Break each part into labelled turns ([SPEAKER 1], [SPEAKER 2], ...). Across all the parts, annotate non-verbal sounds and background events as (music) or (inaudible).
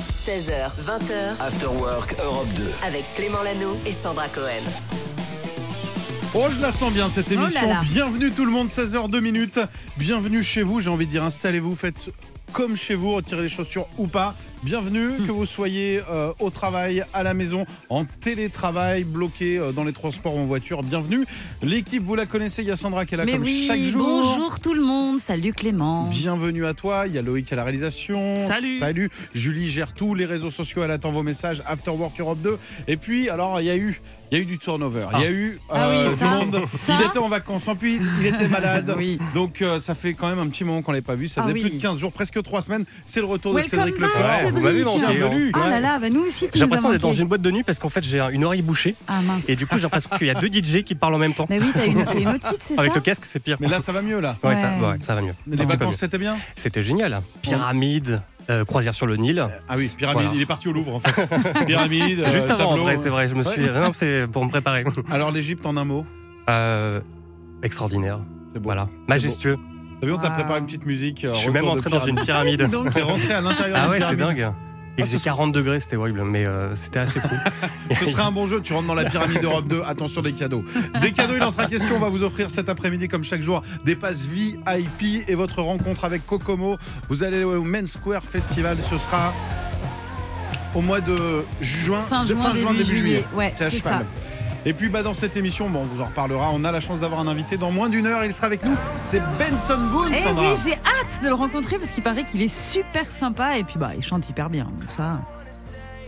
[SPEAKER 1] 16h, 20h
[SPEAKER 2] After Work Europe 2.
[SPEAKER 1] avec Clément Lano et Sandra Cohen.
[SPEAKER 3] Oh, je la sens bien cette
[SPEAKER 4] là
[SPEAKER 3] émission.
[SPEAKER 4] là.
[SPEAKER 3] Bienvenue tout le monde, 16h02 minutes. Bienvenue chez vous, j'ai envie de dire installez-vous, faites comme chez vous, retirez les chaussures ou pas. Bienvenue,
[SPEAKER 4] Hmm.
[SPEAKER 3] que vous soyez euh, au travail, à la maison, en télétravail, bloqué euh, dans les transports ou en voiture. Bienvenue. L'équipe, vous la connaissez, il y a Sandra qui est là
[SPEAKER 4] Mais
[SPEAKER 3] comme
[SPEAKER 4] oui,
[SPEAKER 3] chaque jour.
[SPEAKER 4] bonjour tout le monde, salut Clément.
[SPEAKER 3] Bienvenue à toi, il y a Loïc à la réalisation.
[SPEAKER 5] Salut.
[SPEAKER 3] Salut. Julie gère tous les réseaux sociaux, elle attend vos messages. After Work Europe 2. Et puis, alors, il y a eu. Il y a eu du turnover. Il y a eu
[SPEAKER 4] Ah oui,
[SPEAKER 3] du
[SPEAKER 4] ça,
[SPEAKER 3] monde.
[SPEAKER 4] ça.
[SPEAKER 3] Il était en vacances en Puy, il était malade.
[SPEAKER 4] (laughs) Oui.
[SPEAKER 3] Donc euh, ça fait quand même un petit moment qu'on l'avait pas vu. Ça
[SPEAKER 4] Ah
[SPEAKER 3] faisait plus
[SPEAKER 4] oui.
[SPEAKER 3] de 15 jours, presque 3 semaines. C'est le retour
[SPEAKER 4] Welcome
[SPEAKER 3] de Cédric
[SPEAKER 4] back,
[SPEAKER 3] Lecor.
[SPEAKER 4] Cédric.
[SPEAKER 5] vous m'avez manqué, hein.
[SPEAKER 3] Bienvenue.
[SPEAKER 4] Ah
[SPEAKER 5] Ouais.
[SPEAKER 4] là là, bah nous aussi tu
[SPEAKER 5] J'ai
[SPEAKER 4] nous as
[SPEAKER 5] l'impression d'être dans
[SPEAKER 4] manqué.
[SPEAKER 5] une boîte de nuit parce qu'en fait j'ai une oreille bouchée
[SPEAKER 4] Ah mince.
[SPEAKER 5] et du coup j'ai l'impression qu'il y a deux DJ qui parlent en même temps.
[SPEAKER 4] Mais oui,
[SPEAKER 3] (laughs)
[SPEAKER 4] t'as une, t'as une otite, c'est
[SPEAKER 5] Avec
[SPEAKER 4] ça
[SPEAKER 5] le casque c'est pire.
[SPEAKER 3] Mais là, ça va mieux là.
[SPEAKER 5] ouais, Ça,
[SPEAKER 4] Ouais.
[SPEAKER 5] ouais, ça va mieux.
[SPEAKER 3] Les
[SPEAKER 5] Un petit peu
[SPEAKER 3] vacances,
[SPEAKER 5] mieux.
[SPEAKER 3] c'était bien.
[SPEAKER 5] C'était génial. hein. Pyramide, euh, croisière sur le Nil.
[SPEAKER 3] Ah oui, pyramide.
[SPEAKER 5] Voilà.
[SPEAKER 3] Il est parti au Louvre en fait. (laughs) pyramide. euh,
[SPEAKER 5] Juste avant en
[SPEAKER 3] tableau.
[SPEAKER 5] vrai, c'est vrai, je me
[SPEAKER 3] Ouais.
[SPEAKER 5] suis... (laughs) Non, c'est pour me préparer.
[SPEAKER 3] Alors l'Égypte en un mot.
[SPEAKER 5] Euh, extraordinaire,
[SPEAKER 3] C'est beau.
[SPEAKER 5] voilà. Majestueux.
[SPEAKER 3] T'as vu, on t'a
[SPEAKER 4] Wow.
[SPEAKER 3] préparé une petite musique. euh,
[SPEAKER 5] Je suis même
[SPEAKER 3] retour de
[SPEAKER 5] entré dans
[SPEAKER 3] pyramide.
[SPEAKER 5] une
[SPEAKER 3] (laughs)
[SPEAKER 5] pyramide.
[SPEAKER 3] T'es rentré à l'intérieur
[SPEAKER 5] Ah
[SPEAKER 3] d'une
[SPEAKER 5] ouais, c'est
[SPEAKER 3] pyramide.
[SPEAKER 5] dingue. Il
[SPEAKER 3] Ah, ce
[SPEAKER 5] faisait 40 degrés, c'était horrible, mais euh, c'était assez fou.
[SPEAKER 3] Ce serait un bon jeu, tu rentres dans la pyramide d'Europe 2, attention des cadeaux. Des cadeaux, il en sera question, on va vous offrir cet après-midi comme chaque jour des passes VIP et votre rencontre avec Kokomo. Vous allez au Main Square Festival, ce sera au mois de juin,
[SPEAKER 4] Fin
[SPEAKER 3] de-
[SPEAKER 4] juin, début juillet. Ouais,
[SPEAKER 3] c'est à
[SPEAKER 4] c'est
[SPEAKER 3] cheval.
[SPEAKER 4] ça.
[SPEAKER 3] Et puis bah, dans cette émission, bon, on vous en reparlera, on a la chance d'avoir un invité dans moins d'une heure, il sera avec nous, c'est Benson Boone,
[SPEAKER 4] Eh
[SPEAKER 3] Sandra.
[SPEAKER 4] oui, j'ai hâte de le rencontrer parce qu'il paraît qu'il est super sympa et puis bah il chante hyper bien. Donc ça.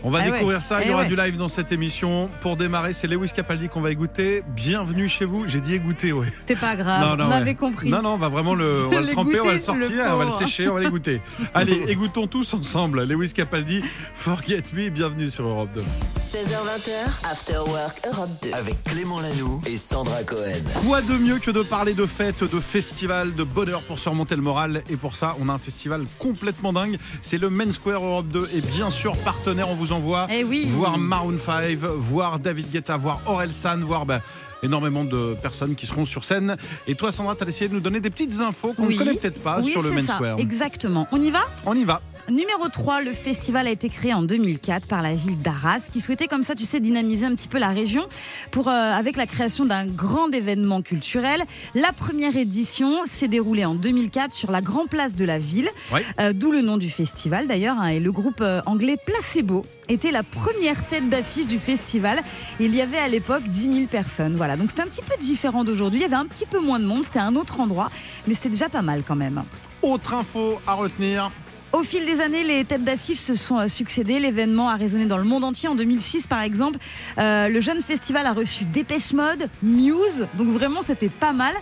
[SPEAKER 3] On va
[SPEAKER 4] Eh ouais.
[SPEAKER 3] découvrir ça, il y
[SPEAKER 4] Eh
[SPEAKER 3] aura
[SPEAKER 4] ouais.
[SPEAKER 3] du live dans cette émission. Pour démarrer, c'est Lewis Capaldi qu'on va égoutter. Bienvenue chez vous, j'ai dit égoutter, ouais.
[SPEAKER 4] C'est pas grave,
[SPEAKER 3] Non, non,
[SPEAKER 4] Ah, on
[SPEAKER 3] ouais.
[SPEAKER 4] avait compris.
[SPEAKER 3] Non, non, on va vraiment le, on va le
[SPEAKER 4] Les
[SPEAKER 3] tremper, on va le
[SPEAKER 4] goûter, (laughs) le
[SPEAKER 3] sortir, on va le
[SPEAKER 4] pauvre.
[SPEAKER 3] sécher, on va les
[SPEAKER 4] (laughs)
[SPEAKER 3] goûter. Allez, égouttons tous ensemble. Lewis Capaldi, Forget Me, bienvenue sur Europe 2.
[SPEAKER 1] 16h, 20h After Work Europe 2.
[SPEAKER 2] Avec Clément Lanoux et Sandra Cohen.
[SPEAKER 3] Quoi de mieux que de parler de fêtes, de festivals, de bonheur pour surmonter le moral Et pour ça, on a un festival complètement dingue. C'est le Main Square Europe 2 et bien sûr, partenaire, on vous envoie.
[SPEAKER 4] Eh oui.
[SPEAKER 3] Voir Maroon 5, voir David Guetta, voir Aurel San, voir bah, énormément de personnes qui seront sur scène. Et toi, Sandra, t'as essayé de nous donner des petites infos qu'on ne
[SPEAKER 4] Oui.
[SPEAKER 3] connaît peut-être pas
[SPEAKER 4] oui,
[SPEAKER 3] sur le
[SPEAKER 4] c'est
[SPEAKER 3] Main
[SPEAKER 4] ça,
[SPEAKER 3] Square.
[SPEAKER 4] Exactement. On y va
[SPEAKER 3] On y va.
[SPEAKER 4] Numéro 3, le festival a été créé en 2004 par la ville d'Arras qui souhaitait comme ça, tu sais, dynamiser un petit peu la région pour, euh, avec la création d'un grand événement culturel. La première édition s'est déroulée en 2004 sur la Grand Place de la ville,
[SPEAKER 3] Ouais.
[SPEAKER 4] euh, d'où le nom du festival d'ailleurs, hein, et le groupe euh, anglais Placebo était la première tête d'affiche du festival. Il y avait à l'époque 10 000 personnes. Voilà, donc c'était un petit peu différent d'aujourd'hui, il y avait un petit peu moins de monde, c'était un autre endroit, mais c'était déjà pas mal quand même.
[SPEAKER 3] Autre info à retenir,
[SPEAKER 4] Au fil des années, les têtes d'affiche se sont euh, succédées. L'événement a résonné dans le monde entier. En 2006, par exemple, euh, le jeune festival a reçu Dépêche Mode, Muse. Donc vraiment, c'était pas mal.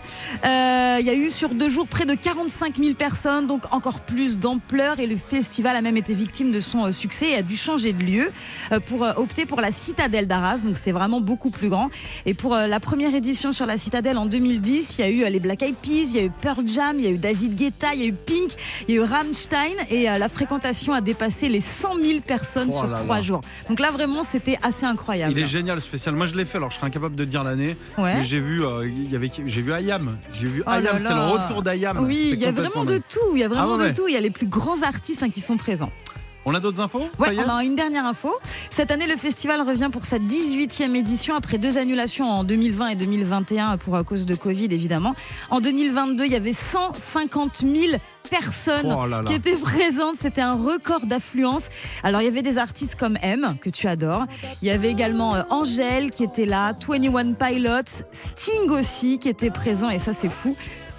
[SPEAKER 4] Euh, Il y a eu sur deux jours près de 45 000 personnes, donc encore plus d'ampleur. Et le festival a même été victime de son euh, succès et a dû changer de lieu euh, pour euh, opter pour la citadelle d'Arras. Donc c'était vraiment beaucoup plus grand. Et pour euh, la première édition sur la citadelle en 2010, il y a eu euh, les Black Eyed Peas, il y a eu Pearl Jam, il y a eu David Guetta, il y a eu Pink. Il y a eu Rammstein et euh, la fréquentation a dépassé les 100 000 personnes
[SPEAKER 3] Oh
[SPEAKER 4] sur
[SPEAKER 3] là là.
[SPEAKER 4] trois jours. Donc là, vraiment, c'était assez incroyable.
[SPEAKER 3] il est génial ce spécial. Moi je l'ai fait, alors je serais incapable de dire l'année.
[SPEAKER 4] Ouais.
[SPEAKER 3] Mais j'ai vu, euh, il y avait, j'ai vu Ayam. J'ai vu
[SPEAKER 4] Oh
[SPEAKER 3] Ayam,
[SPEAKER 4] là
[SPEAKER 3] c'était le
[SPEAKER 4] là.
[SPEAKER 3] retour d'Ayam.
[SPEAKER 4] Oui,
[SPEAKER 3] C'était
[SPEAKER 4] il y a
[SPEAKER 3] complètement
[SPEAKER 4] vraiment de
[SPEAKER 3] dingue.
[SPEAKER 4] tout. Il y a vraiment
[SPEAKER 3] Ah ouais, ouais.
[SPEAKER 4] de tout. Il y a les plus grands artistes hein, qui sont présents.
[SPEAKER 3] On a d'autres infos
[SPEAKER 4] Ouais,
[SPEAKER 3] Ça y est
[SPEAKER 4] on a une dernière info. Cette année, le festival revient pour sa 18e édition après deux annulations en 2020 et 2021 pour à cause de Covid, évidemment. En 2022, il y avait 150 000 personnes
[SPEAKER 3] Oh là là.
[SPEAKER 4] qui étaient présentes. C'était un record d'affluence. Alors, il y avait des artistes comme M, que tu adores. Il y avait également euh, Angèle qui était là, 21 Pilots, Sting aussi qui était présent, et ça, c'est fou.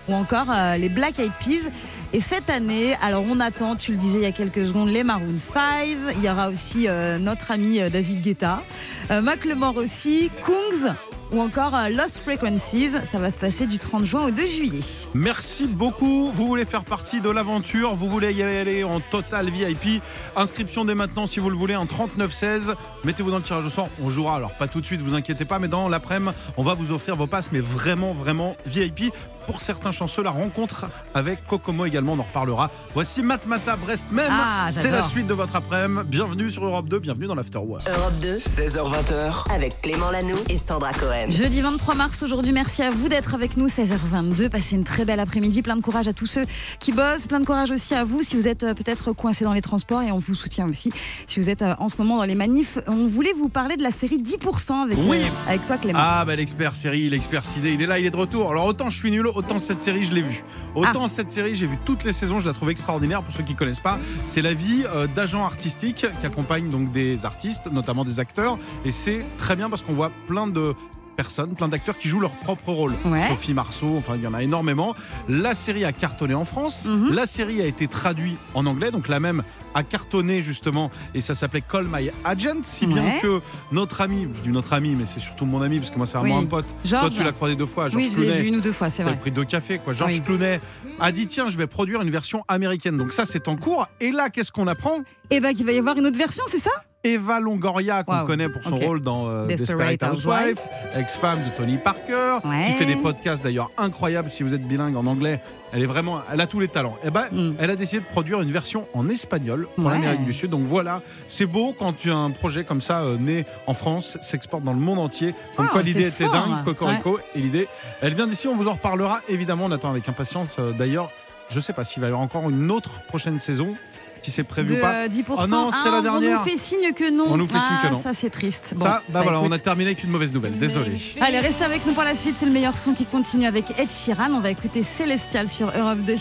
[SPEAKER 4] Ou encore euh, les Black Eyed Peas. Et cette année, alors on attend, tu le disais il y a quelques secondes, les Maroon 5. Il y aura aussi euh, notre ami euh, David Guetta, euh, Macklemore aussi, Kungs ou encore euh, Lost Frequencies. Ça va se passer du 30 juin au 2 juillet.
[SPEAKER 3] Merci beaucoup. Vous voulez faire partie de l'aventure, vous voulez y aller en total VIP. Inscription dès maintenant si vous le voulez en 39-16. Mettez-vous dans le tirage au sort, on jouera. Alors pas tout de suite, vous inquiétez pas, mais dans l'après-midi, on va vous offrir vos passes, mais vraiment, vraiment VIP. pour certains chanceux, la rencontre avec Kokomo également, on en reparlera. Voici Matmata Brest même.
[SPEAKER 4] Ah,
[SPEAKER 3] C'est la
[SPEAKER 4] j'adore.
[SPEAKER 3] suite de votre après-midi. Bienvenue sur Europe 2, bienvenue dans l'After Work.
[SPEAKER 1] Europe 2,
[SPEAKER 2] 16h20h,
[SPEAKER 1] avec Clément Lano et Sandra Cohen.
[SPEAKER 4] Jeudi 23 mars, aujourd'hui, merci à vous d'être avec nous, 16h22. Passez une très belle après-midi. Plein de courage à tous ceux qui bossent. Plein de courage aussi à vous si vous êtes euh, peut-être coincé dans les transports et on vous soutient aussi si vous êtes euh, en ce moment dans les manifs. On voulait vous parler de la série 10% avec,
[SPEAKER 3] Oui.
[SPEAKER 4] euh, avec toi, Clément.
[SPEAKER 3] Ah bah l'expert série, l'expert ciné, il est là, il est de retour. Alors autant je suis nul, autant cette série je l'ai vue. Autant
[SPEAKER 4] Ah.
[SPEAKER 3] cette série j'ai vu toutes les saisons, je la trouve extraordinaire pour ceux qui connaissent pas. C'est la vie euh, d'agents artistiques qui accompagnent donc des artistes, notamment des acteurs, et c'est très bien parce qu'on voit plein de personnes, plein d'acteurs qui jouent leur propre rôle.
[SPEAKER 4] Ouais.
[SPEAKER 3] Sophie Marceau, enfin il y en a énormément. La série a cartonné en France,
[SPEAKER 4] Mhm.
[SPEAKER 3] la série a été traduite en anglais, donc la même a cartonné justement, et ça s'appelait Call My Agent, si bien
[SPEAKER 4] Ouais.
[SPEAKER 3] que notre ami, je dis notre ami, mais c'est surtout mon ami parce que moi c'est vraiment
[SPEAKER 4] Oui.
[SPEAKER 3] un pote.
[SPEAKER 4] Georges.
[SPEAKER 3] Toi tu l'as croisé deux fois, Georges
[SPEAKER 4] oui, je l'ai vu
[SPEAKER 3] Clooney.
[SPEAKER 4] une ou deux fois, c'est
[SPEAKER 3] T'as
[SPEAKER 4] vrai.
[SPEAKER 3] pris deux cafés, quoi. Georges
[SPEAKER 4] Oui.
[SPEAKER 3] Clooney a dit tiens, je vais produire une version américaine. Donc ça, c'est en cours. Et là, qu'est-ce qu'on apprend
[SPEAKER 4] Et bah, qu'il va y avoir une autre version, c'est ça
[SPEAKER 3] Eva Longoria, qu'on
[SPEAKER 4] Wow.
[SPEAKER 3] connaît pour son
[SPEAKER 4] Ok.
[SPEAKER 3] rôle dans euh,
[SPEAKER 4] Desperate
[SPEAKER 3] Desperate, Housewives, ex-femme de Tony Parker,
[SPEAKER 4] Ouais.
[SPEAKER 3] qui fait des podcasts d'ailleurs incroyables si vous êtes bilingue en anglais. Elle est vraiment, elle a tous les talents. Et ben,
[SPEAKER 4] Mm.
[SPEAKER 3] elle a décidé de produire une version en espagnol pour
[SPEAKER 4] Ouais.
[SPEAKER 3] l'Amérique du Sud. Donc voilà, c'est beau quand tu as un projet comme ça euh, né en France, s'exporte dans le monde entier. Comme
[SPEAKER 4] Ah,
[SPEAKER 3] quoi
[SPEAKER 4] c'est
[SPEAKER 3] l'idée était
[SPEAKER 4] fort.
[SPEAKER 3] dingue, Cocorico. Et l'idée, elle vient d'ici. On vous en reparlera évidemment. On attend avec impatience. euh, D'ailleurs, je sais pas s'il va y avoir encore une autre prochaine saison, si c'est prévu
[SPEAKER 4] De
[SPEAKER 3] ou pas.
[SPEAKER 4] euh, 10%.
[SPEAKER 3] Oh non, c'était la
[SPEAKER 4] Ah,
[SPEAKER 3] dernière.
[SPEAKER 4] On nous fait signe que non.
[SPEAKER 3] On nous fait signe
[SPEAKER 4] Ah,
[SPEAKER 3] que non.
[SPEAKER 4] Ça, c'est triste. Bon,
[SPEAKER 3] Ça, bah, voilà,
[SPEAKER 4] écoute.
[SPEAKER 3] on a terminé avec une mauvaise nouvelle. Désolé.
[SPEAKER 4] Allez, restez avec nous pour la suite. C'est le meilleur son qui continue avec Ed Sheeran. On va écouter Célestial sur Europe 2.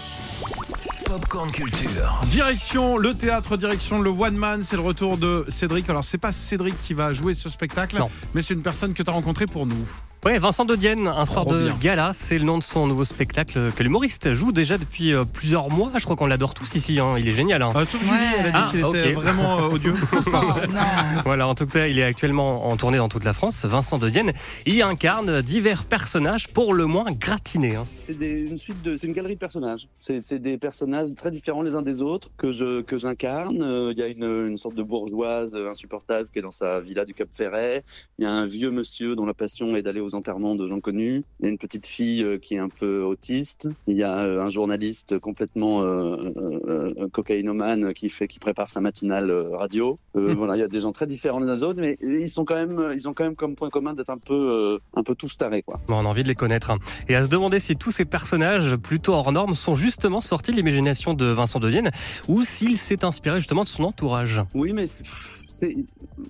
[SPEAKER 2] Popcorn Culture.
[SPEAKER 3] Direction le théâtre, direction le One Man, c'est le retour de Cédric. Alors c'est pas Cédric qui va jouer ce spectacle,
[SPEAKER 5] Non.
[SPEAKER 3] mais c'est une personne que tu as rencontrée pour nous.
[SPEAKER 5] Ouais, Vincent de Dienne, un soir
[SPEAKER 3] Trop
[SPEAKER 5] de
[SPEAKER 3] bien.
[SPEAKER 5] gala, c'est le nom de son nouveau spectacle que l'humoriste joue déjà depuis euh, plusieurs mois. Je crois qu'on l'adore tous ici, hein. il est génial. hein.
[SPEAKER 3] Euh, sauf
[SPEAKER 4] Ouais.
[SPEAKER 3] Julie, elle a dit
[SPEAKER 5] Ah,
[SPEAKER 3] qu'il était
[SPEAKER 5] ok.
[SPEAKER 3] vraiment euh,
[SPEAKER 5] (laughs)
[SPEAKER 3] odieux.
[SPEAKER 4] Oh, non.
[SPEAKER 5] Voilà, en tout cas, il est actuellement en tournée dans toute la France. Vincent de Dienne y incarne divers personnages pour le moins gratinés. hein.
[SPEAKER 6] C'est des- une suite de, c'est une galerie de personnages. C'est c'est des personnages très différents les uns des autres que je que j'incarne. Euh, Il y a une, une sorte de bourgeoise euh, insupportable qui est dans sa villa du Cap Ferret. Il y a un vieux monsieur dont la passion est d'aller aux enterrements de gens connus. Il y a une petite fille euh, qui est un peu autiste. Il y a euh, un journaliste complètement euh, euh, euh, cocaïnomane qui fait qui prépare sa matinale euh, radio. Euh, Voilà, il y a des gens très différents les uns des autres, mais ils sont quand même ils ont quand même comme point commun d'être un peu euh, un peu tous tarés quoi.
[SPEAKER 5] Bon, on a envie de les connaître. hein. Et à se demander si tous ces personnages plutôt hors normes sont justement sortis de l'imagination de Vincent de Dienne ou s'il s'est inspiré justement de son entourage.
[SPEAKER 6] Oui, mais c'est- pff, c'est-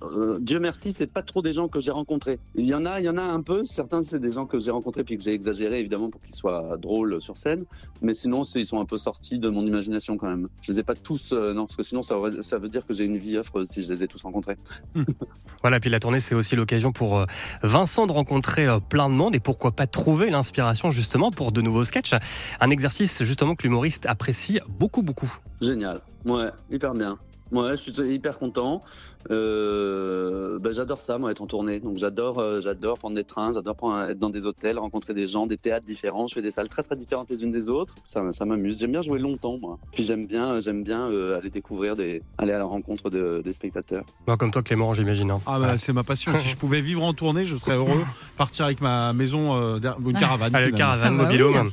[SPEAKER 6] euh, Dieu merci, c'est pas trop des gens que j'ai rencontrés. Il y en a, il y en a un peu. Certains, c'est des gens que j'ai rencontrés puis que j'ai exagéré évidemment pour qu'ils soient drôles sur scène. Mais sinon, c'est- ils sont un peu sortis de mon imagination quand même. Je les ai pas tous, euh, non, parce que sinon, ça, aurait- ça veut dire que j'ai une vie affreuse si je les ai tous rencontrés.
[SPEAKER 5] Voilà, puis la tournée, c'est aussi l'occasion pour euh, Vincent de rencontrer euh, plein de monde et pourquoi pas trouver l'inspiration justement pour de nouveaux sketchs. Un exercice justement que l'humoriste apprécie beaucoup, beaucoup.
[SPEAKER 6] Génial. Ouais, hyper bien. Ouais, je suis hyper content. Euh, bah, j'adore ça, moi, être en tournée. Donc j'adore, euh, j'adore prendre des trains, j'adore prendre- euh, être dans des hôtels, rencontrer des gens, des théâtres différents. Je fais des salles très très différentes les unes des autres. Ça, ça m'amuse. J'aime bien jouer longtemps, moi. Puis j'aime bien, euh, j'aime bien euh, aller découvrir des, aller à la rencontre de- des spectateurs.
[SPEAKER 5] Bon, Bah, comme toi, Clément, j'imagine. hein.
[SPEAKER 3] Ah bah c'est ma passion. Si je pouvais vivre en tournée, je serais heureux. Partir avec ma maison, euh, derrière- une caravane.
[SPEAKER 5] Ah, le
[SPEAKER 3] finalement.
[SPEAKER 5] caravane
[SPEAKER 4] Ah bah
[SPEAKER 5] mobile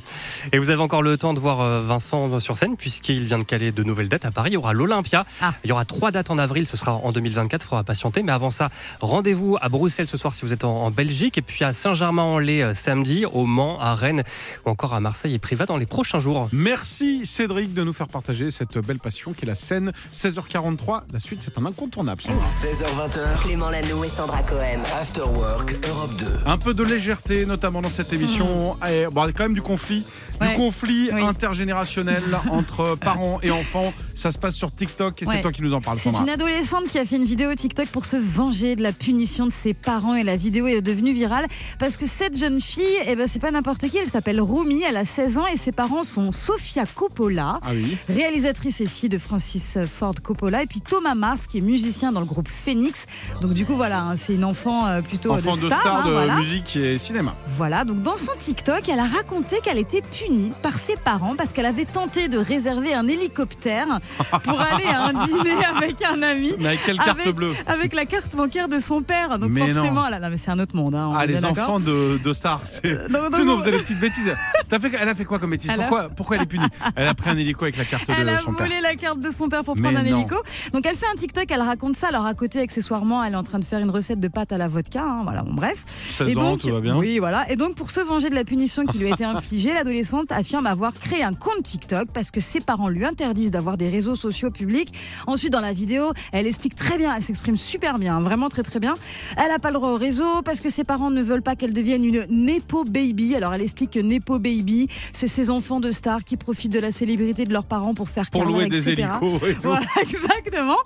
[SPEAKER 5] Et vous avez encore le temps de voir euh, Vincent sur scène, puisqu'il vient de caler de nouvelles dates à Paris. Il y aura l'Olympia.
[SPEAKER 4] Ah.
[SPEAKER 5] Il y aura trois dates en avril. Ce sera en 2024. Il faudra patienter. Mais avant ça, rendez-vous à Bruxelles ce soir si vous êtes en, en Belgique. Et puis à Saint-Germain-en-Laye euh, samedi, au Mans, à Rennes ou encore à Marseille et Privat dans les prochains jours.
[SPEAKER 3] Merci Cédric de nous faire partager cette belle passion qui est la scène. 16h43, la suite c'est un incontournable. Sandra.
[SPEAKER 2] 16h20h,
[SPEAKER 1] Clément Lano et Sandra Cohen.
[SPEAKER 2] After Work Europe 2.
[SPEAKER 3] Un peu de légèreté, notamment dans cette émission. Et, bon, quand même du conflit, du
[SPEAKER 4] Hmm. Ouais.
[SPEAKER 3] conflit
[SPEAKER 4] Oui. (laughs)
[SPEAKER 3] intergénérationnel entre parents et enfants. Ça se passe sur TikTok et c'est
[SPEAKER 4] Ouais.
[SPEAKER 3] toi qui nous en parles,
[SPEAKER 4] C'est
[SPEAKER 3] Sandra.
[SPEAKER 4] une adolescente qui a fait une vidéo TikTok pour se venger de la punition de ses parents et la vidéo est devenue virale parce que cette jeune fille, eh ben, c'est pas n'importe qui, elle s'appelle Romy, elle a 16 ans et ses parents sont Sofia Coppola,
[SPEAKER 3] Ah oui.
[SPEAKER 4] réalisatrice et fille de Francis Ford Coppola, et puis Thomas Mars qui est musicien dans le groupe Phoenix. Donc du coup voilà, hein, c'est une enfant euh, plutôt euh,
[SPEAKER 3] Enfant de
[SPEAKER 4] de
[SPEAKER 3] star,
[SPEAKER 4] star. hein,
[SPEAKER 3] de
[SPEAKER 4] voilà.
[SPEAKER 3] musique et cinéma.
[SPEAKER 4] Voilà, donc dans son TikTok, elle a raconté qu'elle était punie par ses parents parce qu'elle avait tenté de réserver un hélicoptère pour aller à un dîner dîner avec un ami
[SPEAKER 3] Mais avec quelle carte
[SPEAKER 4] Avec-
[SPEAKER 3] bleue
[SPEAKER 4] avec la carte bancaire de son père. Donc
[SPEAKER 3] Mais non.
[SPEAKER 4] forcément, là, non mais c'est un autre monde. hein, on
[SPEAKER 3] Ah,
[SPEAKER 4] est
[SPEAKER 3] les
[SPEAKER 4] bien d'accord. Euh,
[SPEAKER 3] enfants de, de stars. C'est...
[SPEAKER 4] Non, non,
[SPEAKER 3] Tu sais,
[SPEAKER 4] non,
[SPEAKER 3] non, vous avez des petites bêtises. T'as fait, elle a fait quoi comme bêtise
[SPEAKER 4] Elle a-
[SPEAKER 3] pourquoi, pourquoi elle est punie Elle a pris un hélico avec la carte
[SPEAKER 4] Elle
[SPEAKER 3] de
[SPEAKER 4] a
[SPEAKER 3] son père.
[SPEAKER 4] volé la carte de son père pour
[SPEAKER 3] Mais
[SPEAKER 4] prendre un
[SPEAKER 3] non.
[SPEAKER 4] hélico. Donc elle fait un TikTok, elle raconte ça. Alors à côté, accessoirement, elle est en train de faire une recette de pâte à la vodka. hein, voilà, bon, bref.
[SPEAKER 3] 16 ans, tout va bien.
[SPEAKER 4] Oui, voilà. Et donc, pour se venger de la punition qui lui a été infligée, l'adolescente affirme avoir créé un compte TikTok parce que ses parents lui interdisent d'avoir des réseaux sociaux publics. Ensuite, dans la vidéo, elle explique très bien, elle s'exprime super bien, hein, vraiment très très bien. Elle n'a pas le droit au réseau parce que ses parents ne veulent pas qu'elle devienne une Nepo Baby. Alors, elle explique que Nepo Baby, c'est ces enfants de stars qui profitent de la célébrité de leurs parents pour faire
[SPEAKER 3] Pour
[SPEAKER 4] carrière,
[SPEAKER 3] louer des
[SPEAKER 4] etc..
[SPEAKER 3] hélicos et tout.
[SPEAKER 4] Voilà, (laughs) exactement.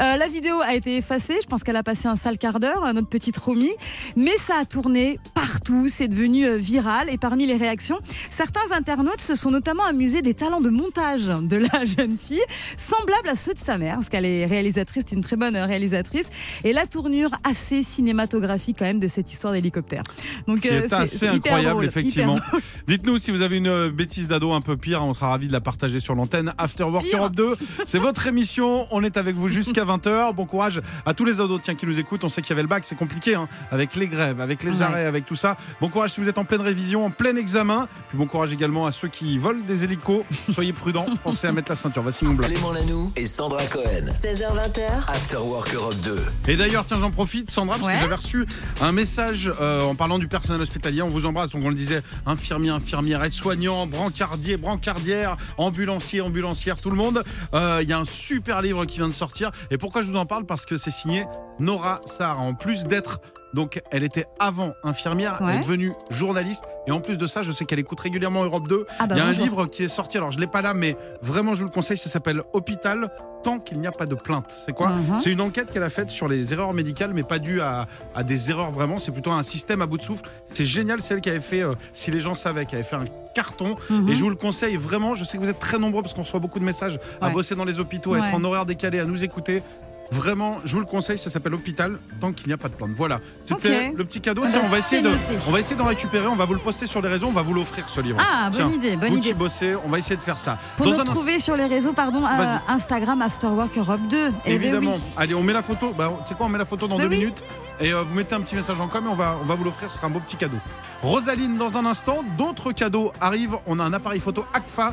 [SPEAKER 4] Euh, la vidéo a été effacée. Je pense qu'elle a passé un sale quart d'heure, euh, notre petite Romy. Mais ça a tourné partout. C'est devenu euh, viral. Et parmi les réactions, certains internautes se sont notamment amusés des talents de montage de la (laughs) jeune fille, semblables à ceux de sa mère, parce qu'elle est réalisatrice, c'est une très bonne euh, réalisatrice. Et la tournure assez cinématographique, quand même, de cette histoire d'hélicoptère. Donc,
[SPEAKER 3] Qui
[SPEAKER 4] euh,
[SPEAKER 3] est assez
[SPEAKER 4] hyper
[SPEAKER 3] incroyable,
[SPEAKER 4] drôle, hyper
[SPEAKER 3] effectivement. (laughs) Dites-nous si vous avez une euh, bêtise d'ado un peu pire, on sera ravis de la partager sur l'antenne. After Work
[SPEAKER 4] Pire.
[SPEAKER 3] Europe
[SPEAKER 4] (laughs)
[SPEAKER 3] 2, c'est votre émission, on est avec vous jusqu'à 20h. Bon courage à tous les ados tiens, qui nous écoutent. On sait qu'il y avait le bac, c'est compliqué, hein, avec les grèves, avec les
[SPEAKER 4] Ouais.
[SPEAKER 3] arrêts, avec tout ça. Bon courage si vous êtes en pleine révision, en plein examen. Puis bon courage également à ceux qui volent des hélicos. Soyez
[SPEAKER 4] (laughs)
[SPEAKER 3] prudents, pensez à mettre la ceinture. Voici mon bloc.
[SPEAKER 2] Clément Lanoux et Sandra Cohen.
[SPEAKER 1] 16h, 20h,
[SPEAKER 2] After Work Europe 2.
[SPEAKER 3] Et d'ailleurs, tiens, j'en profite, Sandra, parce
[SPEAKER 4] Ouais.
[SPEAKER 3] que j'avais reçu un message euh, en parlant du personnel hospitalier. On vous embrasse, donc on le disait, infirmier, infirmière, aide-soignant, brancardier, brancardière, ambulancier, ambulancière, tout le monde. Euh, Il y a un super livre qui vient de sortir. Et pourquoi je vous en parle Parce que c'est signé Nora Sarr. En plus d'être, donc, elle était avant infirmière, elle
[SPEAKER 4] Ouais.
[SPEAKER 3] est devenue journaliste. Et en plus de ça, je sais qu'elle écoute régulièrement Europe 2.
[SPEAKER 4] Ah bah
[SPEAKER 3] Il y a un
[SPEAKER 4] bonjour.
[SPEAKER 3] livre qui est sorti, alors je l'ai pas là, mais vraiment je vous le conseille, ça s'appelle Hôpital tant qu'il n'y a pas de plainte. C'est quoi
[SPEAKER 4] Mhm.
[SPEAKER 3] C'est une enquête qu'elle a faite sur les erreurs médicales, mais pas due à, à des erreurs vraiment, c'est plutôt un système à bout de souffle. C'est génial, c'est elle qui avait fait, euh, si les gens savaient, qui avait fait un carton.
[SPEAKER 4] Mhm.
[SPEAKER 3] Et je vous le conseille vraiment, je sais que vous êtes très nombreux parce qu'on reçoit beaucoup de messages à
[SPEAKER 4] Ouais.
[SPEAKER 3] bosser dans les hôpitaux, à être
[SPEAKER 4] Ouais.
[SPEAKER 3] en horaire décalé, à nous écouter. Vraiment, je vous le conseille, ça s'appelle Hôpital tant qu'il n'y a pas de plainte. Voilà, c'était
[SPEAKER 4] Ok.
[SPEAKER 3] le petit cadeau.
[SPEAKER 4] Ah
[SPEAKER 3] Tiens,
[SPEAKER 4] bah,
[SPEAKER 3] on va essayer
[SPEAKER 4] c'est
[SPEAKER 3] de,
[SPEAKER 4] noté.
[SPEAKER 3] on va essayer d'en récupérer, on va vous le poster sur les réseaux, on va vous l'offrir ce livre.
[SPEAKER 4] Ah, bonne
[SPEAKER 3] Tiens.
[SPEAKER 4] idée, bonne
[SPEAKER 3] Vous
[SPEAKER 4] idée.
[SPEAKER 3] qui bossez, on va essayer de faire ça.
[SPEAKER 4] Pour
[SPEAKER 3] Dans
[SPEAKER 4] nous
[SPEAKER 3] un instant,
[SPEAKER 4] retrouver sur les réseaux, pardon, à
[SPEAKER 3] Vas-y.
[SPEAKER 4] Instagram Afterwork Europe 2. Eh ben
[SPEAKER 3] évidemment.
[SPEAKER 4] oui.
[SPEAKER 3] Allez, on met la photo. Bah, c'est quoi On met la photo dans
[SPEAKER 4] Bah
[SPEAKER 3] deux
[SPEAKER 4] oui.
[SPEAKER 3] minutes. Et euh, vous mettez un petit message en com et on va, on va vous l'offrir. Ce sera un beau petit cadeau. Rosaline, dans un instant, d'autres cadeaux arrivent. On a un appareil photo ACFA.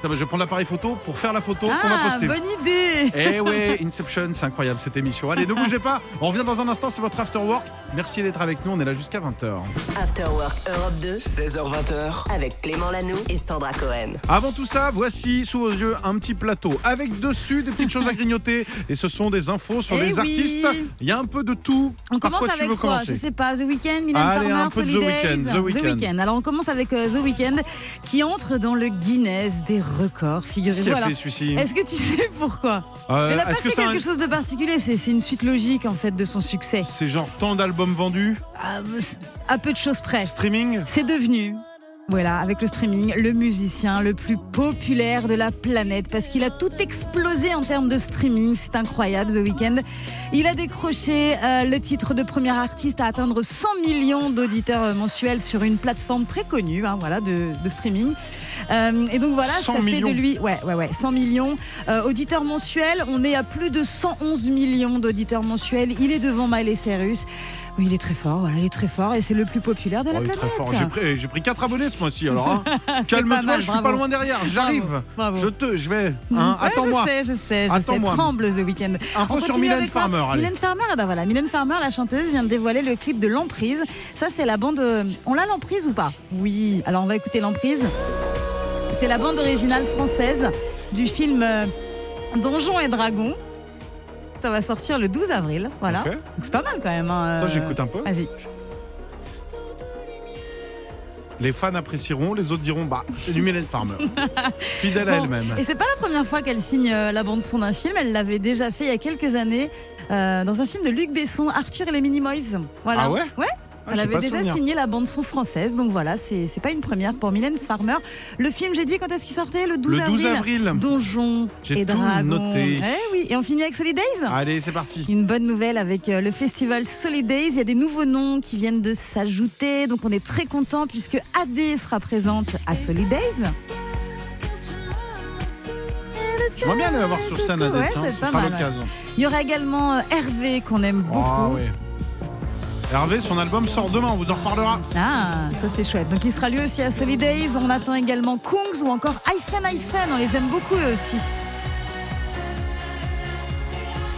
[SPEAKER 3] Tiens, bah, je vais prendre l'appareil photo pour faire la photo qu'on va
[SPEAKER 4] Ah,
[SPEAKER 3] poster.
[SPEAKER 4] bonne idée
[SPEAKER 3] Eh ouais, Inception, c'est incroyable cette émission. Allez, ne
[SPEAKER 4] (laughs)
[SPEAKER 3] bougez pas. On revient dans un instant. C'est votre After Work. Merci d'être avec nous. On est là jusqu'à 20h.
[SPEAKER 1] After Work Europe 2
[SPEAKER 2] 16h20h,
[SPEAKER 1] avec Clément Lanoux et Sandra Cohen.
[SPEAKER 3] Avant tout ça, voici sous vos yeux un petit plateau avec dessus des petites choses à grignoter et ce sont des infos sur
[SPEAKER 4] Eh
[SPEAKER 3] les
[SPEAKER 4] oui.
[SPEAKER 3] artistes. Il y a un peu de tout.
[SPEAKER 4] On
[SPEAKER 3] Par
[SPEAKER 4] commence
[SPEAKER 3] quoi tu
[SPEAKER 4] avec
[SPEAKER 3] veux
[SPEAKER 4] quoi Je
[SPEAKER 3] commencer
[SPEAKER 4] sais pas, The Weeknd, Milan
[SPEAKER 3] Allez,
[SPEAKER 4] Farmer,
[SPEAKER 3] un peu de The
[SPEAKER 4] Solidays.
[SPEAKER 3] Weeknd, The Weeknd.
[SPEAKER 4] Alors on commence avec euh, The Weeknd qui entre dans le Guinness des records,
[SPEAKER 3] Qu'est-ce qui
[SPEAKER 4] figurez-vous.
[SPEAKER 3] a
[SPEAKER 4] Alors,
[SPEAKER 3] fait celui-ci
[SPEAKER 4] Est-ce que tu sais pourquoi
[SPEAKER 3] Euh,
[SPEAKER 4] Elle a pas
[SPEAKER 3] Est-ce que
[SPEAKER 4] fait
[SPEAKER 3] ça
[SPEAKER 4] quelque chose de particulier, c'est c'est une suite logique en fait de son succès.
[SPEAKER 3] c'est genre tant d'albums vendus,
[SPEAKER 4] Ah, À peu de choses près.
[SPEAKER 3] streaming
[SPEAKER 4] C'est devenu. Voilà, avec le streaming, le musicien le plus populaire de la planète parce qu'il a tout explosé en termes de streaming. C'est incroyable, The Weeknd. Il a décroché euh, le titre de premier artiste à atteindre 100 millions d'auditeurs euh, mensuels sur une plateforme très connue, hein, voilà, de, de streaming. Euh, et donc voilà,
[SPEAKER 3] 100
[SPEAKER 4] ça
[SPEAKER 3] millions.
[SPEAKER 4] fait de lui, ouais, ouais, ouais, 100 millions Euh, auditeurs mensuels. On est à plus de 111 millions d'auditeurs mensuels. Il est devant Miley Cyrus. Oui, il est très fort, voilà, il est très fort et c'est le plus populaire de la
[SPEAKER 3] Oh, il est
[SPEAKER 4] planète.
[SPEAKER 3] très fort. J'ai pris, j'ai pris 4 abonnés ce mois-ci alors. hein.
[SPEAKER 4] (laughs) C'est
[SPEAKER 3] Calme-toi,
[SPEAKER 4] pas mal,
[SPEAKER 3] je suis pas
[SPEAKER 4] bravo.
[SPEAKER 3] loin derrière, j'arrive.
[SPEAKER 4] Bravo.
[SPEAKER 3] Je te, je vais. hein,
[SPEAKER 4] Ouais,
[SPEAKER 3] Attends-moi.
[SPEAKER 4] Je sais, je sais, je
[SPEAKER 3] Attends-moi.
[SPEAKER 4] sais. Tremble The Weeknd.
[SPEAKER 3] Info
[SPEAKER 4] On
[SPEAKER 3] sur
[SPEAKER 4] continue
[SPEAKER 3] Mylène
[SPEAKER 4] avec quoi
[SPEAKER 3] Farmer, allez.
[SPEAKER 4] Mylène Farmer, eh ben voilà, Mylène Farmer, la chanteuse, vient de dévoiler le clip de L'Emprise. Ça, c'est la bande. euh, On l'a l'Emprise ou pas Oui. Alors, on va écouter L'Emprise. C'est la bande originale française du film euh, Donjons et Dragons. Ça va sortir le 12 avril. Voilà.
[SPEAKER 3] Ok.
[SPEAKER 4] Donc, c'est pas mal quand même. hein,
[SPEAKER 3] Attends,
[SPEAKER 4] euh,
[SPEAKER 3] J'écoute un peu.
[SPEAKER 4] Vas-y.
[SPEAKER 3] Les fans apprécieront, les autres diront bah c'est du Mylène
[SPEAKER 4] (laughs)
[SPEAKER 3] Farmer. Fidèle à
[SPEAKER 4] Bon,
[SPEAKER 3] elle-même. Ah,
[SPEAKER 4] Et c'est pas la première fois qu'elle signe euh, la bande son d'un film. Elle l'avait déjà fait il y a quelques années euh, dans un film de Luc Besson, Arthur et les Minimoys. Voilà.
[SPEAKER 3] Ah ouais
[SPEAKER 4] Ouais.
[SPEAKER 3] Ah,
[SPEAKER 4] Elle
[SPEAKER 3] j'ai
[SPEAKER 4] avait
[SPEAKER 3] pas
[SPEAKER 4] déjà
[SPEAKER 3] souvenir.
[SPEAKER 4] signé la bande son française, donc voilà, c'est c'est pas une première pour Mylène Farmer. Le film, j'ai dit quand est-ce qu'il sortait Le 12
[SPEAKER 3] Le 12 avril.
[SPEAKER 4] Donjon
[SPEAKER 3] J'ai
[SPEAKER 4] et
[SPEAKER 3] tout
[SPEAKER 4] Dragon.
[SPEAKER 3] noté.
[SPEAKER 4] Eh oui, et on finit avec Solidays
[SPEAKER 3] Allez, c'est parti.
[SPEAKER 4] une bonne nouvelle avec euh, le festival Solidays. Il y a des nouveaux noms qui viennent de s'ajouter. Donc on est très content puisque AD sera présente à Solidays.
[SPEAKER 3] J'aimerais bien aller la voir sur scène,
[SPEAKER 4] Ouais,
[SPEAKER 3] Adèle.
[SPEAKER 4] c'est
[SPEAKER 3] tiens, ce
[SPEAKER 4] pas
[SPEAKER 3] sera
[SPEAKER 4] mal,
[SPEAKER 3] l'occasion.
[SPEAKER 4] Il y aura également euh, Hervé qu'on aime
[SPEAKER 3] Ah,
[SPEAKER 4] beaucoup.
[SPEAKER 3] oui. Hervé, son album sort demain, on vous en reparlera.
[SPEAKER 4] Ah, ça c'est chouette. Donc il sera lui aussi à Solidays. On attend également Kungs ou encore iPhone iPhone. On les aime beaucoup eux aussi.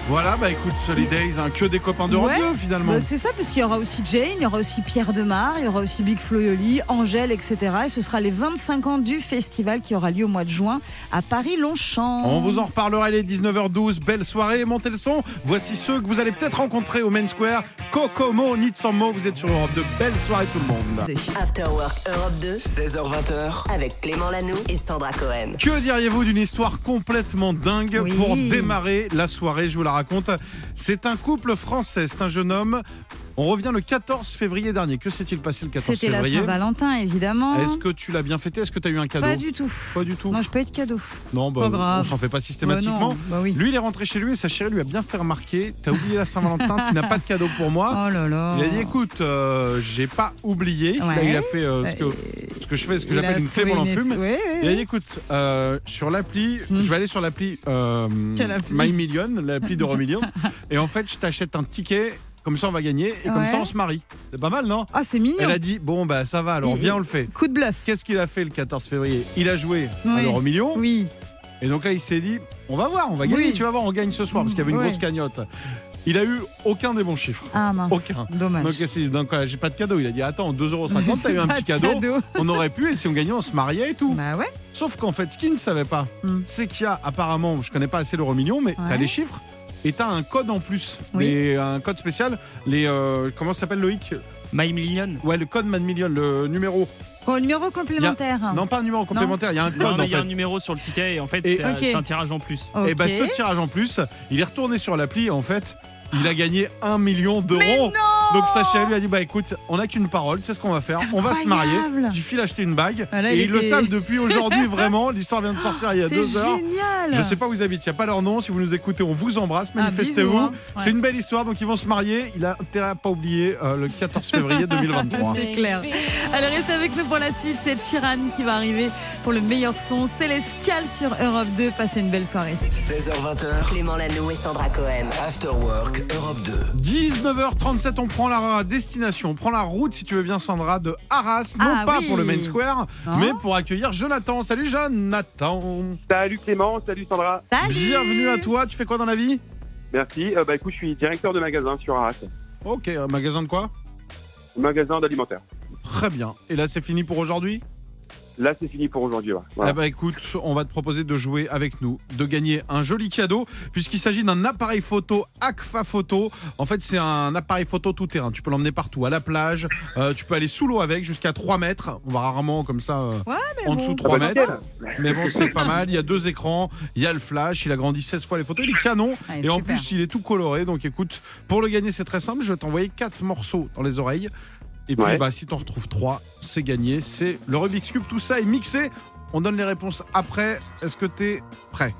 [SPEAKER 3] Voilà, bah écoute, Solidays, hein, que des copains d'Europe
[SPEAKER 4] Ouais.
[SPEAKER 3] 2 finalement.
[SPEAKER 4] Bah, c'est ça, parce qu'il y aura aussi Jane, il y aura aussi Pierre Demar, il y aura aussi Big Floyoli, Angèle, etc. Et ce sera les 25 ans du festival qui aura lieu au mois de juin à Paris-Longchamp.
[SPEAKER 3] On vous en reparlera, il est 19h12, belle soirée, montez le son. Voici ceux que vous allez peut-être rencontrer au Main Square. Kokomo, Nitsammo, vous êtes sur Europe 2. Belle soirée tout le monde.
[SPEAKER 1] After Work Europe 2
[SPEAKER 2] 16h20h.
[SPEAKER 1] avec Clément Lanoux et Sandra Cohen.
[SPEAKER 3] Que diriez-vous d'une histoire complètement dingue
[SPEAKER 4] Oui.
[SPEAKER 3] pour démarrer la soirée Je vous la raconte. C'est un couple français, c'est un jeune homme. On revient le 14 février dernier. Que s'est-il passé le 14
[SPEAKER 4] C'était la
[SPEAKER 3] février Ah,
[SPEAKER 4] Saint-Valentin, évidemment.
[SPEAKER 3] Est-ce que tu l'as bien fêté Est-ce que tu as eu un cadeau
[SPEAKER 4] Pas du tout.
[SPEAKER 3] Pas du tout.
[SPEAKER 4] Moi, je peux
[SPEAKER 3] (laughs)
[SPEAKER 4] être cadeau.
[SPEAKER 3] Non, bah,
[SPEAKER 4] pas grave.
[SPEAKER 3] on s'en fait pas systématiquement.
[SPEAKER 4] Bah non, bah oui.
[SPEAKER 3] Lui, il est rentré chez lui et sa chérie lui a bien fait remarquer T'as oublié la Saint-Valentin, tu n'as pas de cadeau pour moi.
[SPEAKER 4] Oh là là.
[SPEAKER 3] Il a dit Écoute, euh, j'ai pas oublié. Là,
[SPEAKER 4] Ouais.
[SPEAKER 3] il a fait euh, ce, que, ce que je fais, ce que j'appelle une clé
[SPEAKER 4] clé
[SPEAKER 3] en fume.
[SPEAKER 4] Ouais, ouais,
[SPEAKER 3] Il a
[SPEAKER 4] ouais.
[SPEAKER 3] dit Écoute, euh, sur l'appli,
[SPEAKER 4] Hmm.
[SPEAKER 3] je vais aller sur l'appli euh,
[SPEAKER 4] Quelle appli
[SPEAKER 3] My Million, l'appli d'Euro
[SPEAKER 4] (laughs)
[SPEAKER 3] Million, et en fait, je t'achète un ticket, comme ça on va gagner, et comme
[SPEAKER 4] Ouais.
[SPEAKER 3] ça on se marie. C'est pas mal, non
[SPEAKER 4] Ah, c'est mignon.
[SPEAKER 3] Elle a dit Bon, bah ça va, alors
[SPEAKER 4] Il-
[SPEAKER 3] viens, on le fait.
[SPEAKER 4] Coup de bluff.
[SPEAKER 3] Qu'est-ce qu'il a fait le 14 février Il a joué à
[SPEAKER 4] Oui.
[SPEAKER 3] l'Euro Million.
[SPEAKER 4] Oui.
[SPEAKER 3] Et donc là, il s'est dit, on va voir, on va gagner,
[SPEAKER 4] Oui.
[SPEAKER 3] tu vas voir, on gagne ce soir, parce qu'il y avait une
[SPEAKER 4] Ouais.
[SPEAKER 3] grosse cagnotte. Il a eu aucun des bons chiffres.
[SPEAKER 4] Ah mince.
[SPEAKER 3] Aucun.
[SPEAKER 4] Dommage.
[SPEAKER 3] Donc, il s'est dit, donc, euh, j'ai pas de cadeau. Il a dit, attends, 2,50€, t'as eu un
[SPEAKER 4] (laughs) Pas
[SPEAKER 3] petit
[SPEAKER 4] de
[SPEAKER 3] cadeau. On aurait pu, et si on gagnait, on se mariait et tout.
[SPEAKER 4] Bah ouais.
[SPEAKER 3] Sauf qu'en fait, ce qu'il ne savait pas,
[SPEAKER 4] Hmm.
[SPEAKER 3] c'est qu'il y a apparemment, je connais pas assez l'euro million, mais t'as
[SPEAKER 4] Ouais.
[SPEAKER 3] les chiffres et t'as un code en plus,
[SPEAKER 4] Oui.
[SPEAKER 3] Les- un code spécial. Les euh, comment ça s'appelle Loïc
[SPEAKER 7] My Million.
[SPEAKER 3] Ouais, le code Man Million, le numéro.
[SPEAKER 4] Au numéro complémentaire.
[SPEAKER 3] Non, pas un numéro complémentaire, il y a un code
[SPEAKER 7] Non, mais
[SPEAKER 3] en
[SPEAKER 7] il y a un
[SPEAKER 3] fait.
[SPEAKER 7] numéro sur le ticket et en fait,
[SPEAKER 3] Et-
[SPEAKER 7] c'est un-
[SPEAKER 4] Ok.
[SPEAKER 7] c'est un tirage en plus.
[SPEAKER 4] Ok.
[SPEAKER 3] Et bah ce tirage en plus, il est retourné sur l'appli et en fait, il a gagné 1 million
[SPEAKER 4] Mais
[SPEAKER 3] d'euros.
[SPEAKER 4] non
[SPEAKER 3] Donc Sacha lui a dit bah écoute, on n'a qu'une parole, tu sais ce qu'on va faire, on va se marier.
[SPEAKER 4] incroyable.
[SPEAKER 3] Il file acheter une bague
[SPEAKER 4] Ah là,
[SPEAKER 3] et
[SPEAKER 4] il
[SPEAKER 3] ils le
[SPEAKER 4] était-
[SPEAKER 3] savent depuis
[SPEAKER 4] (laughs)
[SPEAKER 3] aujourd'hui vraiment, l'histoire vient de sortir il y a
[SPEAKER 4] C'est
[SPEAKER 3] deux heures.
[SPEAKER 4] génial.
[SPEAKER 3] Je sais pas où ils habitent, il n'y a pas leur nom. Si vous nous écoutez, on vous embrasse,
[SPEAKER 4] Ah,
[SPEAKER 3] manifestez-vous.
[SPEAKER 4] bisous, hein. Ouais.
[SPEAKER 3] C'est une belle histoire, donc ils vont se marier. Il a intérêt à pas oublier euh, le 14 février 2023.
[SPEAKER 4] C'est clair. Allez, restez avec nous pour la suite. C'est Chiran qui va arriver pour le meilleur son célestial sur Europe 2. Passez une belle soirée.
[SPEAKER 2] 16h20h.
[SPEAKER 1] Clément Lanoux et Sandra Cohen.
[SPEAKER 2] After Work Europe 2.
[SPEAKER 3] 19h37, on prend la destination, on prend la route, si tu veux bien, Sandra, de Arras, non
[SPEAKER 4] Ah
[SPEAKER 3] pas
[SPEAKER 4] oui.
[SPEAKER 3] pour le Main Square,
[SPEAKER 4] Non.
[SPEAKER 3] mais pour accueillir Jonathan. Salut Jonathan
[SPEAKER 8] Salut Clément, salut Sandra.
[SPEAKER 4] Salut.
[SPEAKER 3] Bienvenue à toi, tu fais quoi dans la vie
[SPEAKER 8] Merci. Euh, bah écoute, je suis directeur de magasin sur Arras,
[SPEAKER 3] Ok, un magasin de quoi
[SPEAKER 8] magasin d'alimentaire.
[SPEAKER 3] Très bien. Et là, c'est fini pour aujourd'hui
[SPEAKER 8] Là, c'est fini pour aujourd'hui. ouais.
[SPEAKER 3] Eh
[SPEAKER 8] Voilà.
[SPEAKER 3] ben, écoute, on va te proposer de jouer avec nous, de gagner un joli cadeau, puisqu'il s'agit d'un appareil photo Agfa Photo. En fait, c'est un appareil photo tout terrain. Tu peux l'emmener partout, à la plage, euh, tu peux aller sous l'eau avec, jusqu'à 3 mètres. On va rarement comme ça euh,
[SPEAKER 4] Ouais, mais
[SPEAKER 3] en
[SPEAKER 4] bon.
[SPEAKER 3] dessous de
[SPEAKER 8] Ah
[SPEAKER 3] 3
[SPEAKER 8] bah,
[SPEAKER 3] mètres.
[SPEAKER 8] nickel.
[SPEAKER 3] Mais bon, c'est pas mal. Il y a deux écrans, il y a le flash, il a grandi 16 fois les photos, il est canon.
[SPEAKER 4] Ouais,
[SPEAKER 3] et
[SPEAKER 4] super.
[SPEAKER 3] en plus, il est tout coloré. Donc écoute, pour le gagner, c'est très simple. Je vais t'envoyer quatre morceaux dans les oreilles. Et puis,
[SPEAKER 8] Ouais.
[SPEAKER 3] bah, si t'en retrouves trois, c'est gagné. C'est le Rubik's Cube, tout ça est mixé. On donne les réponses après. Est-ce que t'es prêt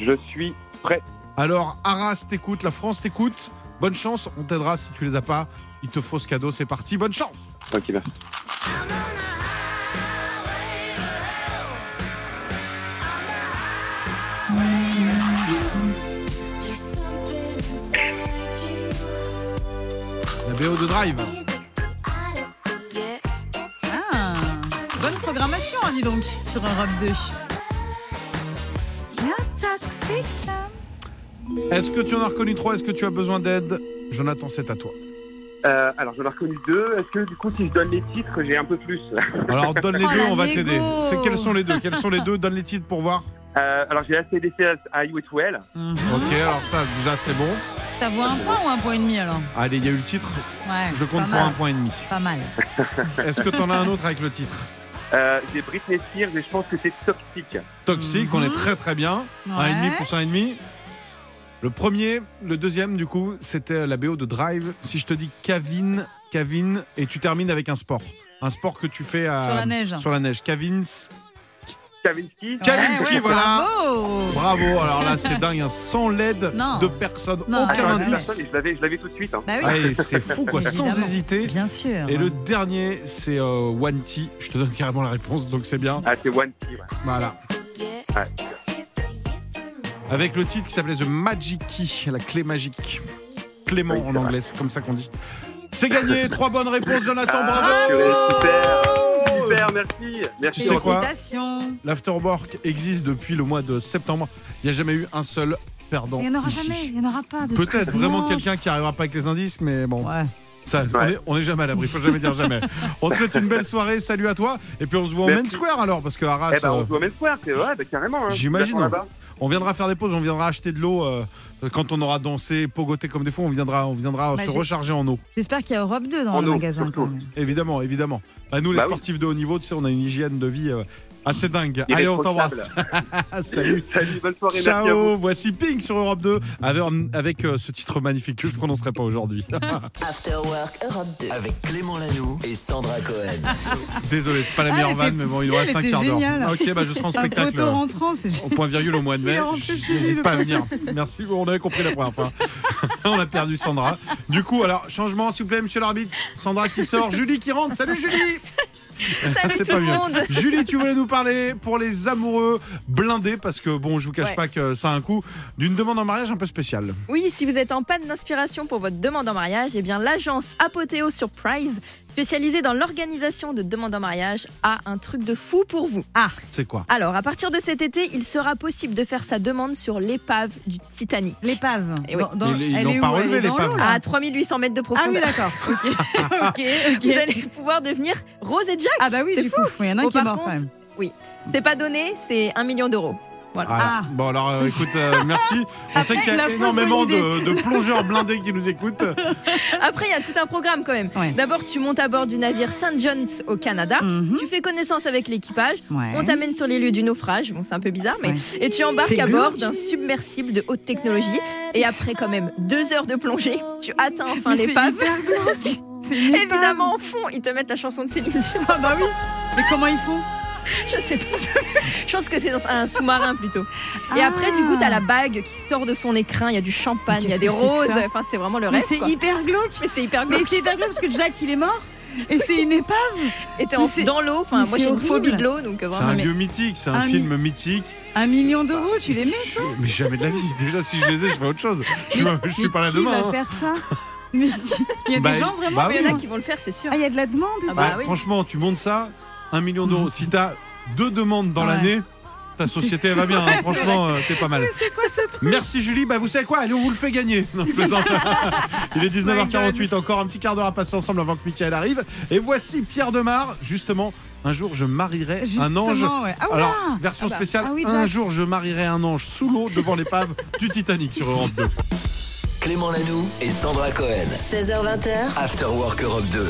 [SPEAKER 8] Je suis prêt.
[SPEAKER 3] Alors, Arras t'écoute, la France t'écoute. Bonne chance, on t'aidera si tu les as pas. Il te faut ce cadeau, c'est parti, bonne chance
[SPEAKER 8] Ok, merci.
[SPEAKER 9] There's something inside you.
[SPEAKER 3] La BO de Drive.
[SPEAKER 4] Ah, bonne programmation, hein, dis donc, sur Europe 2.
[SPEAKER 3] Est-ce que tu en as reconnu trois Est-ce que tu as besoin d'aide Jonathan, c'est à toi.
[SPEAKER 8] Euh, alors, j'en ai reconnu deux. Est-ce que du coup, si je donne les titres, j'ai un peu plus (laughs)
[SPEAKER 3] Alors donne les
[SPEAKER 4] (laughs) Oh,
[SPEAKER 3] deux,
[SPEAKER 4] la
[SPEAKER 3] on va
[SPEAKER 4] négo.
[SPEAKER 3] t'aider. C'est quels sont les deux Quels sont les deux Donne les titres pour voir.
[SPEAKER 8] Euh, Alors, j'ai ACDC à You to Well.
[SPEAKER 3] Ok, alors ça déjà c'est bon.
[SPEAKER 4] Ça vaut un point ou un point et demi alors
[SPEAKER 3] Allez, il y a eu le titre.
[SPEAKER 4] Ouais,
[SPEAKER 3] Je compte
[SPEAKER 4] pas
[SPEAKER 3] pour
[SPEAKER 4] mal.
[SPEAKER 3] un point et demi.
[SPEAKER 4] Pas mal.
[SPEAKER 3] Est-ce que t'en as un autre avec le titre
[SPEAKER 8] Euh, j'ai Britney Spears et je pense que c'est Toxic.
[SPEAKER 3] Toxique, on est très très bien. Un et demi
[SPEAKER 4] Mhm. Ouais.
[SPEAKER 3] plus un et demi. Le premier, le deuxième du coup, c'était la BO de Drive. Si je te dis Cavine, Cavine, et tu termines avec un sport, un sport que tu fais à,
[SPEAKER 4] Sur la neige.
[SPEAKER 3] Sur la neige, Cavine.
[SPEAKER 8] Kavinsky.
[SPEAKER 4] Ah,
[SPEAKER 3] Kavinsky,
[SPEAKER 4] Ouais, ouais,
[SPEAKER 3] voilà.
[SPEAKER 4] bravo.
[SPEAKER 3] Bravo. Alors là, c'est dingue, hein. sans l'aide
[SPEAKER 4] Non.
[SPEAKER 3] de personne,
[SPEAKER 4] Non.
[SPEAKER 8] Ah, j'aurais
[SPEAKER 3] aucun
[SPEAKER 8] dit
[SPEAKER 3] indice.
[SPEAKER 8] personne et je l'avais, je l'avais tout de suite. hein.
[SPEAKER 4] Bah oui,
[SPEAKER 3] Ah, et c'est fou quoi, sans
[SPEAKER 4] Évidemment.
[SPEAKER 3] hésiter.
[SPEAKER 4] bien sûr.
[SPEAKER 3] Et le dernier, c'est euh, One T. Je te donne carrément la réponse, donc c'est bien.
[SPEAKER 8] Ah, c'est One T, ouais.
[SPEAKER 3] Voilà.
[SPEAKER 8] Ouais.
[SPEAKER 3] avec le titre qui s'appelait The Magic Key, la clé magique. Clément en anglais, c'est comme ça qu'on dit. C'est
[SPEAKER 8] (laughs)
[SPEAKER 3] gagné, trois bonnes réponses, Jonathan, bravo
[SPEAKER 8] Ah, purée, super, super, merci.
[SPEAKER 3] Tu
[SPEAKER 8] Merci. Eh ben,
[SPEAKER 3] sais
[SPEAKER 8] Europe
[SPEAKER 3] quoi
[SPEAKER 4] Félicitations.
[SPEAKER 3] L'Afterwork existe depuis le mois de septembre. Il n'y a jamais eu un seul perdant.
[SPEAKER 4] Il n'y en aura
[SPEAKER 3] ici.
[SPEAKER 4] jamais, il n'y en aura pas. de toute
[SPEAKER 3] Peut-être
[SPEAKER 4] façon.
[SPEAKER 3] vraiment quelqu'un qui arrivera pas avec les indices, mais bon,
[SPEAKER 4] Ouais.
[SPEAKER 3] ça, on est- on n'est jamais à l'abri, faut jamais dire
[SPEAKER 8] (laughs)
[SPEAKER 3] jamais. On te souhaite une belle soirée, salut à toi, et puis on se voit au
[SPEAKER 8] Merci.
[SPEAKER 3] Main Square alors, parce que Arras,
[SPEAKER 8] Eh ben,
[SPEAKER 3] euh,
[SPEAKER 8] on se voit au même square, c'est vrai, bah, carrément. Hein.
[SPEAKER 3] J'imagine.
[SPEAKER 8] J'attends là-bas.
[SPEAKER 3] on viendra faire des pauses, on viendra acheter de l'eau euh, quand on aura dansé, pogoté comme des fous, on viendra, on viendra
[SPEAKER 4] Bah,
[SPEAKER 3] se
[SPEAKER 4] j'ai-
[SPEAKER 3] recharger en eau,
[SPEAKER 4] J'espère qu'il y a Europe 2 dans
[SPEAKER 8] En
[SPEAKER 4] le
[SPEAKER 8] eau,
[SPEAKER 4] magasin.
[SPEAKER 8] surtout.
[SPEAKER 4] quand même.
[SPEAKER 3] évidemment, évidemment. À nous les
[SPEAKER 8] Bah oui.
[SPEAKER 3] sportifs de haut niveau, tu sais, on a une hygiène de vie euh, assez dingue.
[SPEAKER 8] Il est
[SPEAKER 3] Allez, on
[SPEAKER 8] trop
[SPEAKER 3] t'embrasse. (laughs) salut.
[SPEAKER 8] Salut, bonne soirée, merci à vous.
[SPEAKER 3] Ciao, voici Pink sur Europe 2 avec, avec, euh, ce titre magnifique que je prononcerai pas aujourd'hui. (laughs)
[SPEAKER 1] After Work Europe 2.
[SPEAKER 2] Avec Clément Lanoux et Sandra Cohen.
[SPEAKER 3] Désolé, c'est pas la
[SPEAKER 4] Ah,
[SPEAKER 3] meilleure
[SPEAKER 4] elle
[SPEAKER 3] vanne,
[SPEAKER 4] était-
[SPEAKER 3] mais bon, il
[SPEAKER 4] si,
[SPEAKER 3] nous reste
[SPEAKER 4] elle
[SPEAKER 3] un
[SPEAKER 4] était
[SPEAKER 3] quart
[SPEAKER 4] géniale.
[SPEAKER 3] d'heure. Ok, bah je serai en
[SPEAKER 4] Un
[SPEAKER 3] spectacle.
[SPEAKER 4] poteau rentrant, c'est
[SPEAKER 3] Au point virgule au mois de
[SPEAKER 4] Il
[SPEAKER 3] mai.
[SPEAKER 4] est rentré chez lui,
[SPEAKER 3] N'hésite
[SPEAKER 4] le
[SPEAKER 3] pas à venir. Merci, on avait compris la première fois. (laughs) on a perdu Sandra. Du coup, alors, changement, s'il vous plaît, monsieur l'arbitre. Sandra qui sort, Julie qui rentre. Salut Julie
[SPEAKER 4] (laughs)
[SPEAKER 3] Ah,
[SPEAKER 4] Salut
[SPEAKER 3] C'est
[SPEAKER 4] tout
[SPEAKER 3] pas
[SPEAKER 4] le
[SPEAKER 3] mieux.
[SPEAKER 4] monde
[SPEAKER 3] Julie, tu voulais nous parler pour les amoureux blindés, parce que bon, je vous cache
[SPEAKER 10] Ouais.
[SPEAKER 3] pas que ça a un coup, d'une demande en mariage un peu spéciale.
[SPEAKER 10] Oui, si vous êtes en panne d'inspiration pour votre demande en mariage, eh bien l'agence Apothéo Surprise, spécialisée dans l'organisation de demandes en mariage, a un truc de fou pour vous. Ah
[SPEAKER 3] C'est quoi
[SPEAKER 10] Alors, à partir de cet été, il sera possible de faire sa demande sur l'épave du Titanic.
[SPEAKER 4] L'épave.
[SPEAKER 10] Et Eh oui.
[SPEAKER 4] Dans- dans-
[SPEAKER 3] Ils- ils
[SPEAKER 4] elle
[SPEAKER 3] l'ont
[SPEAKER 4] est où
[SPEAKER 3] pas
[SPEAKER 4] Elle est
[SPEAKER 3] relevé,
[SPEAKER 4] dans
[SPEAKER 3] l'épave.
[SPEAKER 4] l'eau, là
[SPEAKER 10] À 3800 mètres de
[SPEAKER 4] Ah oui,
[SPEAKER 10] profondeur. (laughs)
[SPEAKER 4] d'accord. Ok, (laughs) ok,
[SPEAKER 10] vous
[SPEAKER 4] ok.
[SPEAKER 10] allez pouvoir devenir Rose et Jack.
[SPEAKER 4] Ah bah oui,
[SPEAKER 10] C'est
[SPEAKER 4] du coup, il y en a un
[SPEAKER 10] Bon,
[SPEAKER 4] qui est
[SPEAKER 10] par
[SPEAKER 4] mort quand
[SPEAKER 10] contre-
[SPEAKER 4] même.
[SPEAKER 10] C'est pas donné, c'est un million d'euros. Voilà.
[SPEAKER 3] Ah.
[SPEAKER 4] Ah.
[SPEAKER 3] Bon alors euh, écoute, euh, merci. On sait qu'il y a
[SPEAKER 4] la fausse
[SPEAKER 3] énormément
[SPEAKER 4] bonne
[SPEAKER 3] de, de plongeurs blindés qui nous écoutent.
[SPEAKER 10] Après, il y a tout un programme quand même.
[SPEAKER 4] Ouais.
[SPEAKER 10] D'abord, tu montes à bord du navire St. John's au Canada.
[SPEAKER 4] Mhm.
[SPEAKER 10] Tu fais connaissance avec l'équipage,
[SPEAKER 4] Ouais.
[SPEAKER 10] on t'amène sur les lieux du naufrage, bon c'est un peu bizarre, mais
[SPEAKER 4] Ouais.
[SPEAKER 10] et tu embarques
[SPEAKER 4] C'est
[SPEAKER 10] à bord
[SPEAKER 4] glauque.
[SPEAKER 10] d'un submersible de haute technologie. Et après quand même deux heures de plongée, tu atteins enfin
[SPEAKER 4] Mais c'est
[SPEAKER 10] l'épave.
[SPEAKER 4] hyper
[SPEAKER 10] (laughs)
[SPEAKER 4] glauque. C'est une épave.
[SPEAKER 10] Évidemment, en fond, ils te mettent la chanson de Céline Dion.
[SPEAKER 4] Ah bah oui. Mais comment ils font
[SPEAKER 10] Je sais pas. Je pense que c'est dans un sous-marin plutôt. Et
[SPEAKER 4] Ah.
[SPEAKER 10] après, du coup, t'as la bague qui sort de son écrin. Il y a du champagne, il y a
[SPEAKER 4] qu'est-ce
[SPEAKER 10] des
[SPEAKER 4] que c'est que
[SPEAKER 10] roses.
[SPEAKER 4] ça
[SPEAKER 10] Enfin, c'est vraiment le
[SPEAKER 4] Mais
[SPEAKER 10] reste.
[SPEAKER 4] c'est hyper glauque.
[SPEAKER 10] Mais c'est hyper
[SPEAKER 4] Ah, Mais
[SPEAKER 10] glauque.
[SPEAKER 4] c'est hyper glauque parce que Jack il est mort. Et c'est une épave.
[SPEAKER 10] Et t'es
[SPEAKER 4] mais
[SPEAKER 10] en-
[SPEAKER 4] c'est-
[SPEAKER 10] dans l'eau. Enfin,
[SPEAKER 4] mais
[SPEAKER 10] moi,
[SPEAKER 4] c'est
[SPEAKER 10] j'ai une
[SPEAKER 4] horrible.
[SPEAKER 10] phobie de l'eau, donc euh,
[SPEAKER 3] C'est
[SPEAKER 10] vraiment.
[SPEAKER 3] un
[SPEAKER 10] mais-
[SPEAKER 3] lieu mythique, c'est un
[SPEAKER 4] Un mi-
[SPEAKER 3] film mythique.
[SPEAKER 4] Un million d'euros, tu les mets
[SPEAKER 3] Je- Mais jamais de la vie. Déjà si je les ai, je fais autre chose. Je, je suis
[SPEAKER 4] Mais
[SPEAKER 3] pas là
[SPEAKER 4] qui
[SPEAKER 3] demain.
[SPEAKER 4] va
[SPEAKER 3] hein.
[SPEAKER 4] faire ça Mais qui- Il y a
[SPEAKER 3] Bah,
[SPEAKER 4] des gens vraiment.
[SPEAKER 3] bah
[SPEAKER 10] Il y en a
[SPEAKER 3] oui.
[SPEAKER 10] qui vont le faire, c'est sûr.
[SPEAKER 4] Ah, il y a de la demande. et
[SPEAKER 10] Ah
[SPEAKER 4] tout.
[SPEAKER 10] bah
[SPEAKER 3] Bah,
[SPEAKER 10] oui.
[SPEAKER 3] Franchement, tu montes ça, un million d'euros. Si t'as deux demandes dans
[SPEAKER 4] Ouais.
[SPEAKER 3] l'année, ta société elle va
[SPEAKER 4] (laughs)
[SPEAKER 3] bien. hein. Franchement, euh, t'es pas mal.
[SPEAKER 4] C'est quoi ce truc
[SPEAKER 3] Merci Julie, bah vous savez quoi, allez on vous le fait gagner. Non, je plaisante.
[SPEAKER 4] (laughs)
[SPEAKER 3] Il est 19h48, encore un petit quart d'heure à passer ensemble avant que Michael arrive. Et voici Pierre Demar, justement, un jour je marierai un
[SPEAKER 4] Justement,
[SPEAKER 3] ange.
[SPEAKER 4] ouais. Ah,
[SPEAKER 3] Alors,
[SPEAKER 4] oula
[SPEAKER 3] version
[SPEAKER 10] Ah bah.
[SPEAKER 3] spéciale,
[SPEAKER 4] Ah oui,
[SPEAKER 3] un
[SPEAKER 4] Jack.
[SPEAKER 3] jour je marierai un ange sous l'eau devant l'épave du Titanic sur Europe 2.
[SPEAKER 2] Clément Lanoux et Sandra Cohen.
[SPEAKER 1] 16h20h,
[SPEAKER 2] After Work Europe 2.